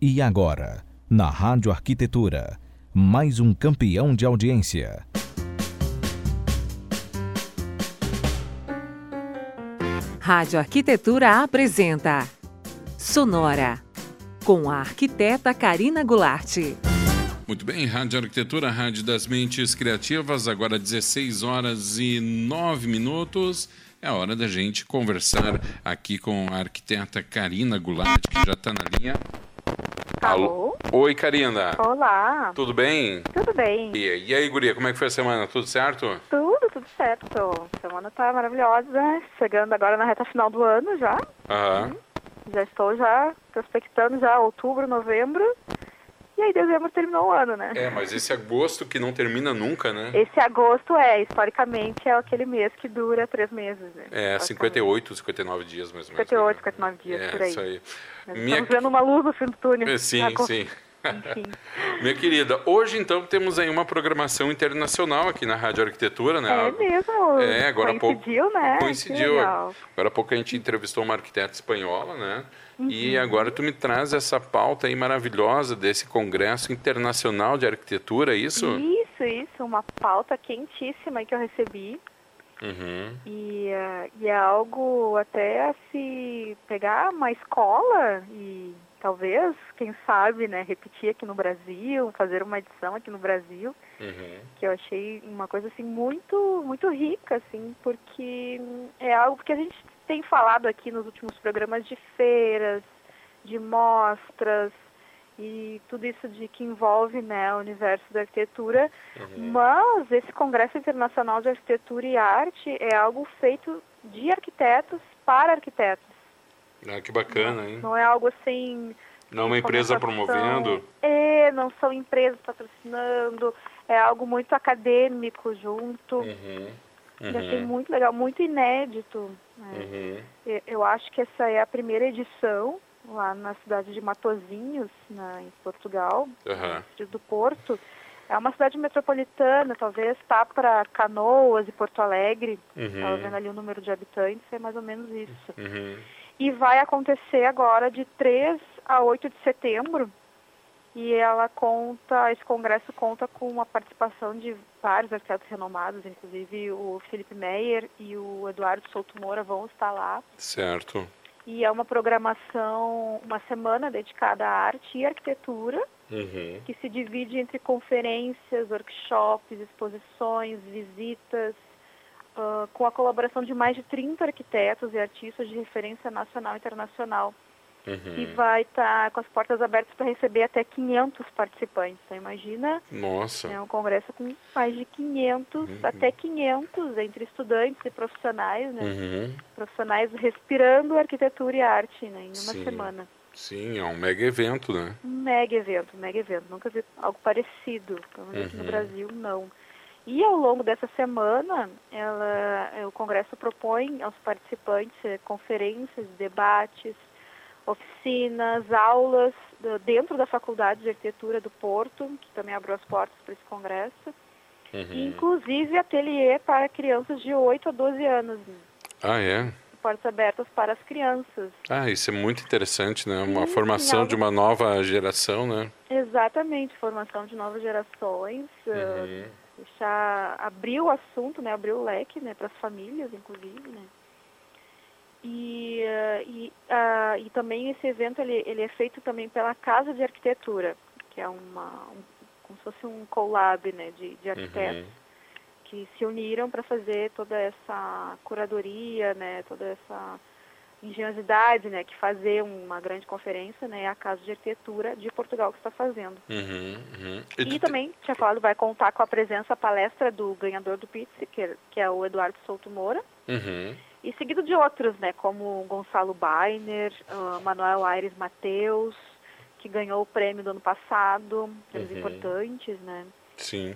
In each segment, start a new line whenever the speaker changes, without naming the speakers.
E agora, na Rádio Arquitetura, mais um campeão de audiência.
Rádio Arquitetura apresenta Sonora, com a arquiteta Karina Goulart.
Muito bem, Rádio Arquitetura, Rádio das Mentes Criativas, agora 16 horas e 9 minutos. É hora da gente conversar aqui com a arquiteta Karina Goulart, que já está na linha.
Alô?
Oi, Karina.
Olá,
Tudo bem?
tudo bem?
E, e aí, guria, como é que foi a semana? Tudo certo?
Tudo, tudo certo. Semana tá maravilhosa. Chegando agora na reta final do ano já.
Aham.
Já estou já prospectando já outubro, novembro. E aí dezembro terminou o ano, né?
É, mas esse agosto que não termina nunca, né?
Esse agosto é, historicamente, é aquele mês que dura três meses, né?
É,
Basicamente.
58, 59 dias mais ou menos.
58, 59 dias,
é,
por aí.
isso aí.
Nós
Minha...
Estamos vendo uma luz no fim do túnel.
É, Sim,
Agosto,
sim.
Enfim.
Minha querida, hoje então temos aí uma programação internacional aqui na Rádio Arquitetura, né?
É mesmo.
É, agora há pouco.
Coincidiu, né? Que
Coincidiu.
legal.
Agora há pouco a gente entrevistou uma arquiteta espanhola, né? E
Uhum.
agora tu me traz essa pauta aí maravilhosa desse Congresso Internacional de Arquitetura, é isso?
Isso, isso. Uma pauta quentíssima que eu recebi.
Uhum.
E, eh, e é algo até a se pegar uma escola e talvez, quem sabe, né, repetir aqui no Brasil, fazer uma edição aqui no Brasil,
Uhum.
que eu achei uma coisa assim muito, muito rica, assim, porque hum, é algo que a gente tem falado aqui nos últimos programas de feiras, de mostras e tudo isso de que envolve né, o universo da arquitetura
Uhum.
mas esse Congresso Internacional de Arquitetura e Arte é algo feito de arquitetos para arquitetos.
Ah, que bacana, hein?
Não é algo assim.
Não é uma empresa
contratação.
promovendo.
É, não são empresas patrocinando. É algo muito acadêmico junto.
Uhum.
Eu achei
Uhum.
muito legal, muito inédito. né?
Uhum.
E- Eu acho que essa é a primeira edição lá na cidade de Matozinhos, na, em Portugal,
Aham.
distrito do Porto. É uma cidade metropolitana, talvez tá para Canoas e Porto Alegre. Estava vendo
Uhum.
ali o número de habitantes, é mais ou menos isso.
Uhum.
E vai acontecer agora de 3 a 8 de setembro. E ela conta, esse congresso conta com a participação de vários arquitetos renomados, inclusive o Felipe Meyer e o Eduardo Souto Moura vão estar lá.
Certo.
E é uma programação, uma semana dedicada à arte e arquitetura,
Uhum.
que se divide entre conferências, workshops, exposições, visitas, ah, com a colaboração de mais de 30 arquitetos e artistas de referência nacional e internacional, que
Uhum.
vai estar com as portas abertas para receber até 500 participantes. Então, imagina
Nossa.
né, um congresso com mais de 500,
Uhum.
até 500 entre estudantes e profissionais, né?
Uhum.
profissionais respirando arquitetura e arte né, em uma
Sim.
semana.
Sim, é um mega evento, né?
Um mega evento, um mega evento. Nunca vi algo parecido. Pelo menos aqui no
Uhum.
Brasil, não. E ao longo dessa semana, ela, eh, o Congresso propõe aos participantes eh, conferências, debates, oficinas, aulas do- dentro da Faculdade de Arquitetura do Porto, que também abriu as portas para esse congresso, e
Uhum.
inclusive ateliê para crianças de 8 a 12 anos, né?
Ah, é?
portas abertas para as crianças.
Ah, isso é muito interessante, né? Uma
Sim, é
formação
algo-
de uma nova geração, né?
Exatamente, formação de novas gerações, eh,
Uhum.
já abriu o assunto, né? Abriu o leque, né? Para as famílias, inclusive, né? E, eh, e, ah, e também esse evento ele, ele é feito também pela Casa de Arquitetura, que é uma um, como se fosse um collab, né? De, de arquitetos
Uhum.
que se uniram para fazer toda essa curadoria, né? Toda essa engenhosidade, né? Que fazer uma grande conferência, né? É a Casa de Arquitetura de Portugal que está fazendo.
Uhum. Uhum.
E
tu-
também, tinha falado, vai contar com a presença a palestra do ganhador do Pizzi, que, que é o Eduardo Souto Moura,
Uhum.
e seguido de outros, né, como o Gonçalo Bainer, ah, Manuel Aires Mateus, que ganhou o prêmio do ano passado, prêmios
Uhum.
importantes, né?
Sim.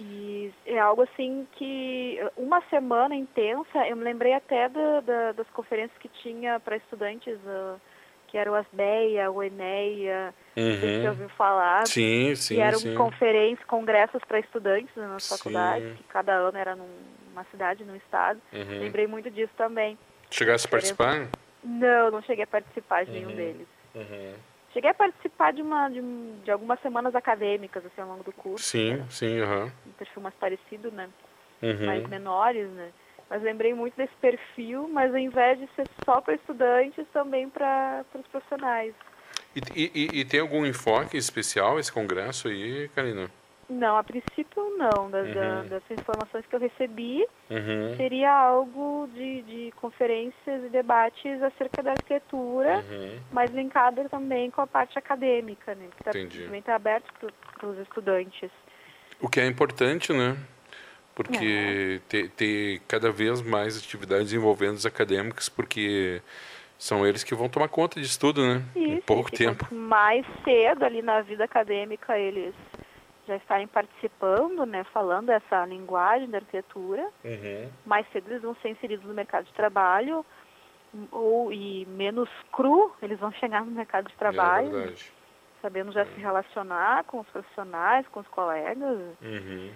E é algo assim que eh, uma semana intensa, eu me lembrei até da- da- das conferências que tinha para estudantes, ah, que eram as BEA, o ENEA, que
Uhum.
ouviu falar,
Sim, sim,
que eram
sim.
conferências, congressos para estudantes né, nas
Sim.
faculdades, que cada ano era num- numa cidade, num estado.
Uhum.
Lembrei muito disso também.
Chegasse a participar?
Não, não cheguei a participar de nenhum
Uhum.
deles.
Uhum.
Cheguei a participar de, uma, de, um, de algumas semanas acadêmicas assim, ao longo do curso.
Sim, sim, aham.
Um perfil mais parecido, né?
Uhum.
mais menores, né? Mas lembrei muito desse perfil, mas ao invés de ser só para estudantes, também para os profissionais.
E, e- e tem algum enfoque especial esse congresso aí, Karina?
Não, a princípio não, da, da-
Uhum.
das informações que eu recebi,
Uhum.
seria algo de, de conferências e debates acerca da arquitetura,
Uhum.
mas linkada também com a parte acadêmica, né? Que tá-
Entendi.
também está aberto para os estudantes.
O que é importante, né?
É.
Porque ter, ter cada vez mais atividades envolvendo os acadêmicos, porque são eles que vão tomar conta disso tudo, né? em
Isso,
pouco
e
tempo.
Quanto mais cedo ali na vida acadêmica eles já estarem participando, né, falando essa linguagem da arquitetura,
Uhum.
mais cedo eles vão ser inseridos no mercado de trabalho ou e menos cru eles vão chegar no mercado de
É
trabalho, né,
verdade.
sabendo já se relacionar com os profissionais, com os colegas.
Uhum.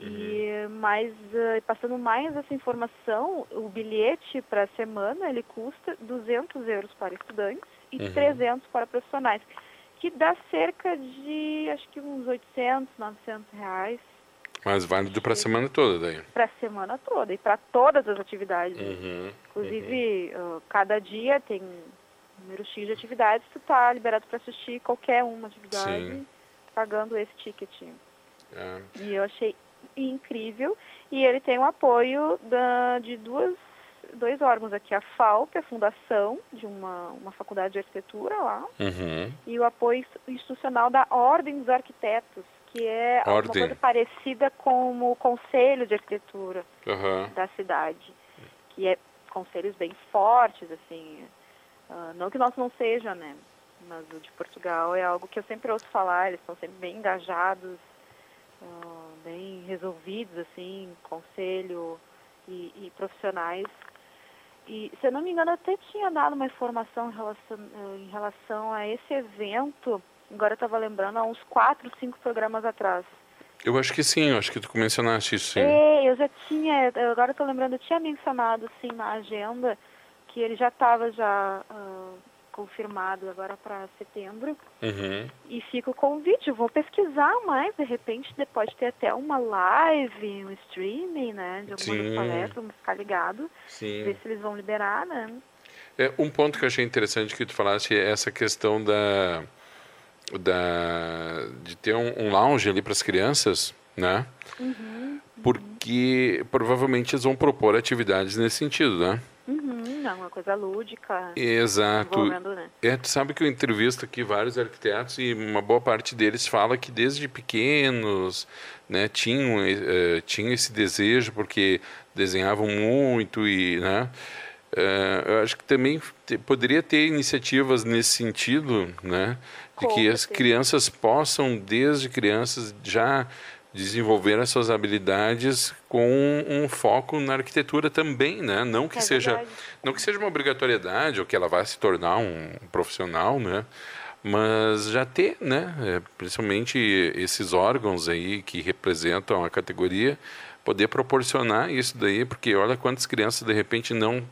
E mais eh, passando mais essa informação, o bilhete para a semana ele custa 200 euros para estudantes e
Uhum.
300 para profissionais, que dá cerca de acho que uns 800, 900 reais
Mas válido para a semana toda daí.
para a semana toda e para todas as atividades.
Uhum.
Inclusive, eh, cada dia tem um número X de atividades, tu tá liberado para assistir qualquer uma atividade
Sim.
pagando esse ticket.
É.
E eu achei incrível. E ele tem o apoio da, de duas, dois órgãos aqui, a FAO, que é a fundação de uma, uma faculdade de arquitetura lá,
Uhum.
e o apoio inst- institucional da Ordem dos Arquitetos, que é alguma
Ordem.
coisa parecida com o Conselho de Arquitetura
Aham.
da cidade, que é conselhos bem fortes, assim. ah, não que o nosso não seja, né? Mas o de Portugal é algo que eu sempre ouço falar, eles estão sempre bem engajados, ah, bem resolvidos, assim, conselho e, e profissionais. E, se eu não me engano, eu até tinha dado uma informação em relação, ah, em relação a esse evento, agora eu estava lembrando, há uns quatro, cinco programas atrás.
Eu acho que sim, eu acho que tu mencionaste isso sim.
É, eu já tinha, eu agora estou lembrando, eu tinha mencionado assim na agenda que ele já estava já ah, confirmado agora para setembro.
Uhum.
E fica o convite, eu vou pesquisar mais, de repente de- pode ter até uma live, um streaming, né? De alguma das
Sim.
palestras, vamos ficar ligado, ver
Sim.
se eles vão liberar, né?
É, um ponto que eu achei interessante que tu falaste é essa questão da, da de ter um, um lounge ali para as crianças, né? Porque provavelmente eles vão propor atividades nesse sentido, né?
Uhum, não, uma coisa lúdica,
Exato.
envolvendo, né?
É, tu sabe que eu entrevisto aqui vários arquitetos e uma boa parte deles fala que desde pequenos, né, tinham, eh, tinham esse desejo porque desenhavam muito e, né, eh, eu acho que também te- poderia ter iniciativas nesse sentido, né, de
Com
que as
certeza.
crianças possam desde crianças já desenvolver as suas habilidades com um foco na arquitetura também, né, não que
É
seja
verdade.
não que seja uma obrigatoriedade ou que ela vá se tornar um profissional, né? Mas já ter, né? é, Principalmente esses órgãos aí que representam a categoria, poder proporcionar isso daí, porque olha quantas crianças de repente não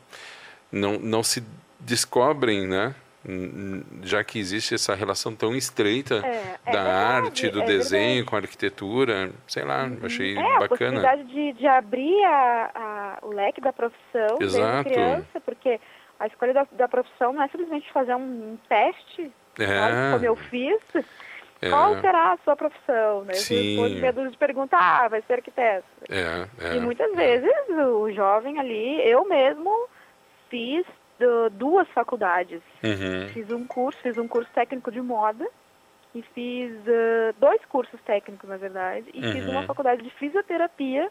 não, não se descobrem, né? N- n- Já que existe essa relação tão estreita
É, é
da
verdade,
arte, do
é
desenho
verdade.
com a arquitetura, sei lá, achei
É, a
bacana.
possibilidade de, de abrir a, a- o leque da profissão
Exato.
desde criança, porque a escolha da, da profissão não é simplesmente fazer um, um teste, sabe, como eu fiz.
é,
Qual será a sua profissão? Né?
Sim.
Depois medo de perguntar, ah, vai ser arquiteto.
é, é,
e muitas
é.
vezes o jovem ali, eu mesmo fiz du- duas faculdades.
Uhum.
Fiz um curso, fiz um curso técnico de moda e fiz ah, dois cursos técnicos, na verdade, e fiz
Uhum.
uma faculdade de fisioterapia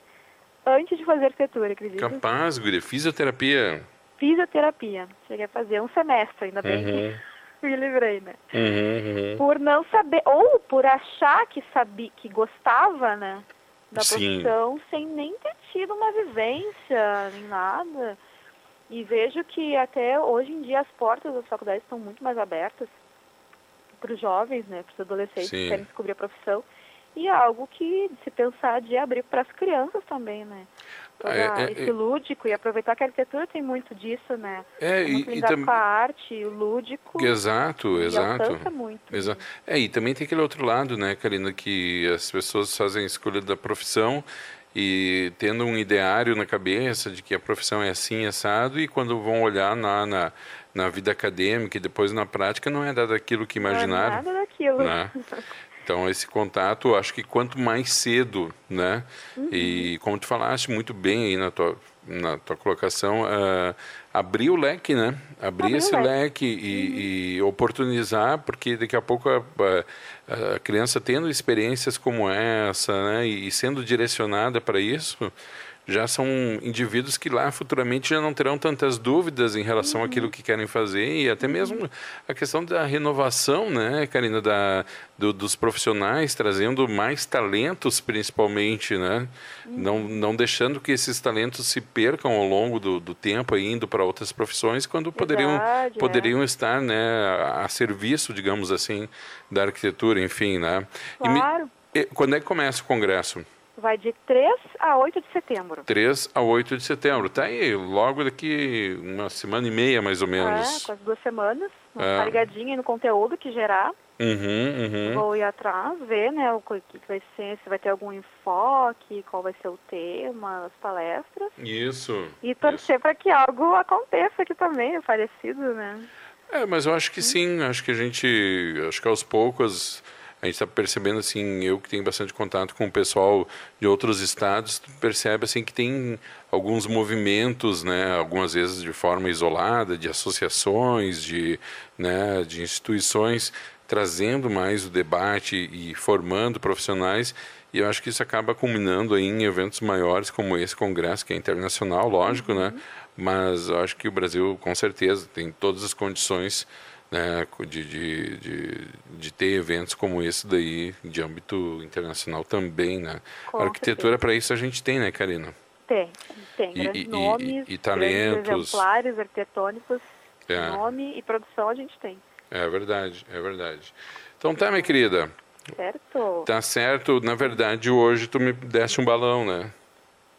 antes de fazer arquitetura, acredita?
Capaz, guria. Fisioterapia.
Fisioterapia. Cheguei a fazer um semestre, ainda bem
Uhum.
que me livrei, né?
Uhum, uhum.
Por não saber, ou por achar que sabia, que gostava, né? Da
Sim.
profissão, sem nem ter tido uma vivência, nem nada. E vejo que até hoje em dia as portas das faculdades estão muito mais abertas para os jovens, né? Para os adolescentes
Sim.
que querem descobrir a profissão. e é algo que se pensar de abrir para as crianças também, né? Toda
É, é,
esse
é.
lúdico e aproveitar que a arquitetura tem muito disso, né?
É,
Como
e- e
lidar
tam-
com a arte, o lúdico,
Exato,
e
exato.
alcança muito.
Exato. É, e também tem aquele outro lado, né, Karina, que as pessoas fazem a escolha da profissão e tendo um ideário na cabeça de que a profissão é assim, assado, e quando vão olhar na, na, na vida acadêmica e depois na prática, não é dado aquilo que
Não é
imaginaram.
nada daquilo.
né? Então esse contato, eu acho que quanto mais cedo, né? E como tu falaste muito bem aí na tua na tua colocação, ah, abrir o leque, né? Abrir
Abrir o
esse
leque.
leque e, né, e oportunizar, porque daqui a pouco a, a- a criança tendo experiências como essa, né? E, sendo direcionada para isso, já são indivíduos que lá futuramente já não terão tantas dúvidas em relação àquilo que querem fazer e até mesmo a questão da renovação, né, Karina, da, do- dos profissionais trazendo mais talentos principalmente, né, não, não deixando que esses talentos se percam ao longo do, do tempo, aí, indo para outras profissões, quando poderiam,
Verdade, é.
poderiam estar, né, a, a serviço, digamos assim, da arquitetura, enfim, né. E me-
Claro.
e quando é que começa o congresso?
Vai de 3 a 8 de setembro.
3 a 8 de setembro. Tá aí, logo daqui uma semana e meia, mais ou
É,
menos.
com as duas semanas. Vamos
É.
ficar ligadinha aí no conteúdo que gerar.
Uhum, uhum.
Vou ir atrás, ver, né, o que que vai ser, se vai ter algum enfoque, qual vai ser o tema, as palestras.
Isso.
E torcer para que algo aconteça aqui também, é parecido, né?
É, mas eu acho que sim, acho que a gente, acho que aos poucos a gente está percebendo assim, eu que tenho bastante contato com o pessoal de outros estados, tu percebe assim que tem alguns movimentos, né, algumas vezes de forma isolada, de associações, de, né, de instituições trazendo mais o debate e formando profissionais, e eu acho que isso acaba culminando aí em eventos maiores como esse congresso que é internacional, lógico, né? mas eu acho que o Brasil com certeza tem todas as condições né, de, de, de, de ter eventos como esse daí de âmbito internacional também, né?
Com
a arquitetura para isso a gente tem, né, Karina?
Tem, tem
E-
grandes
e- e-
nomes,
e
grandes
talentos.
exemplares arquitetônicos,
É.
nome e produção a gente tem,
É verdade, é verdade. Então tá, minha querida,
certo?
tá certo. Na verdade, hoje tu me deste um balão, né?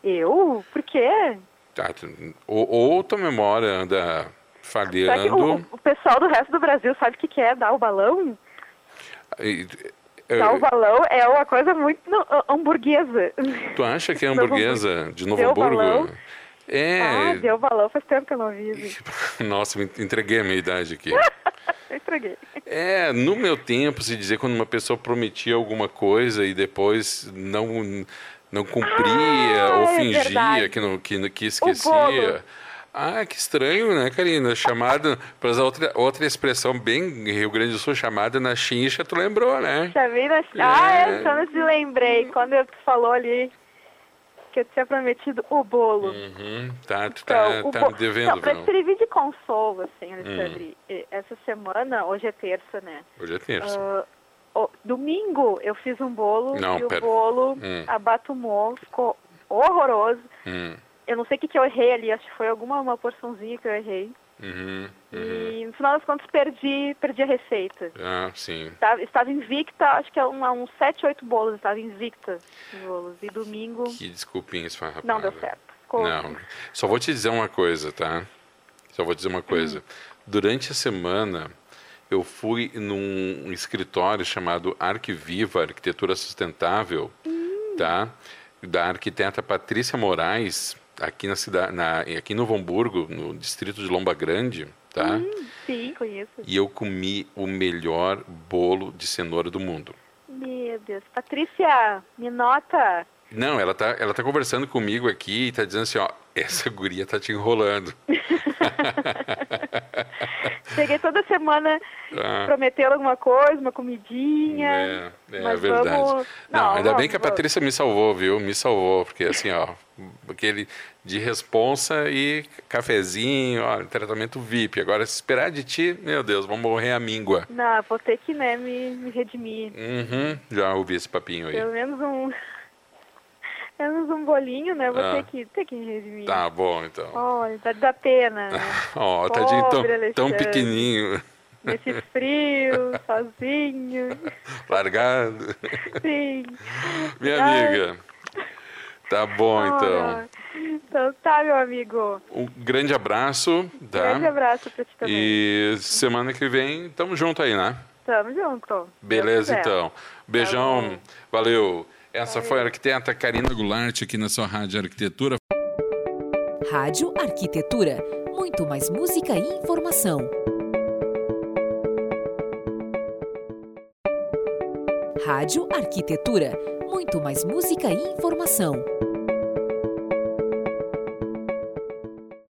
Eu? Por quê?
Tá, tu- ou, ou tua memória anda
Será que o,
falhando.
o pessoal do resto do Brasil sabe o que que é dar o balão?
e-
Dar o
eh,
balão é uma coisa muito no- hamburguesa.
tu acha que é
Novo
hamburguesa de Novo
Deu
Hamburgo?
balão?
É,
Ah, deu balão, faz tempo que eu não vi. gente.
Nossa, me entreguei a minha idade aqui.
Eu entreguei.
É, no meu tempo, se dizer quando uma pessoa prometia alguma coisa e depois não, não cumpria
Ah,
ou
é
fingia
verdade.
que, não, que, que
bolo.
esquecia. Ah, que estranho, né, Karina? Chamada, para usar outra, outra expressão bem Rio Grande do Sul, chamada na chincha, tu lembrou, né?
Chamei na... Ah, eu só não se lembrei. Quando eu tu falou ali que eu tinha prometido o bolo.
Uhum, tá, tu tá,
Então, o
tá
bolo-
me devendo, Hum.
Não, pra
Verão.
servir de consolo, assim, Alexandre, eh, essa semana, hoje é terça, né?
Hoje é terça.
Ah, o- domingo eu fiz um bolo
Não,
e o
pera.
bolo
Hum.
abatumou, ficou horroroso.
Hum,
Eu não sei o que, que eu errei ali, acho que foi alguma uma porçãozinha que eu errei.
uhum,
E no final das contas perdi, perdi a receita.
ah, sim.
Tava- estava invicta, acho que é um, uns 7, 8 bolos, estava invicta os bolos. E domingo
Que desculpinha esfarrapada.
não deu certo. Ficou
Não. né? Só vou te dizer uma coisa, tá? Só vou dizer uma coisa. Durante a semana, eu fui num escritório chamado Arquiviva Arquitetura Sustentável, tá? Da arquiteta Patrícia Moraes, aqui na cidade, na, aqui em Novo Hamburgo, no distrito de Lomba Grande, tá?
assim, Sim, conheço.
E eu comi o melhor bolo de cenoura do mundo.
Meu Deus. Patrícia, me nota.
Não, ela tá, ela tá conversando comigo aqui e tá dizendo assim, ó, essa guria tá te enrolando.
Cheguei toda semana
Ah.
prometendo alguma coisa, uma comidinha.
É, é
mas
verdade.
vamos-
Não,
Não,
ainda bem
vamos,
que a
vamos.
Patrícia me salvou, viu? Me salvou, porque assim, ó, aquele de responsa e cafezinho, ó, tratamento VIP. Agora, se esperar de ti, meu Deus, vamos morrer a míngua.
Não, vou ter que né, me, me redimir.
Uhum, já ouvi esse papinho aí.
Pelo menos um. Pelo menos um bolinho, né? Vou
Ah.
ter, que, ter que me redimir.
Tá bom, então.
Olha, dá, dá pena, né?
Ó, tadinho, tão,
Pobre
tão
Alexandre.
pequenininho.
nesse frio, sozinho.
Largado.
Sim.
Minha
Ai.
amiga. Tá bom, então.
Ah, então tá, meu amigo.
Um grande abraço, tá?
Grande abraço pra ti também.
E semana que vem, tamo junto aí, né?
Tamo junto.
Beleza,
Deus quiser.
então. Beijão, valeu. Essa foi a arquiteta Karina Goulart aqui na sua Rádio Arquitetura.
Rádio Arquitetura. Muito mais música e informação. Rádio Arquitetura. Muito mais música e informação.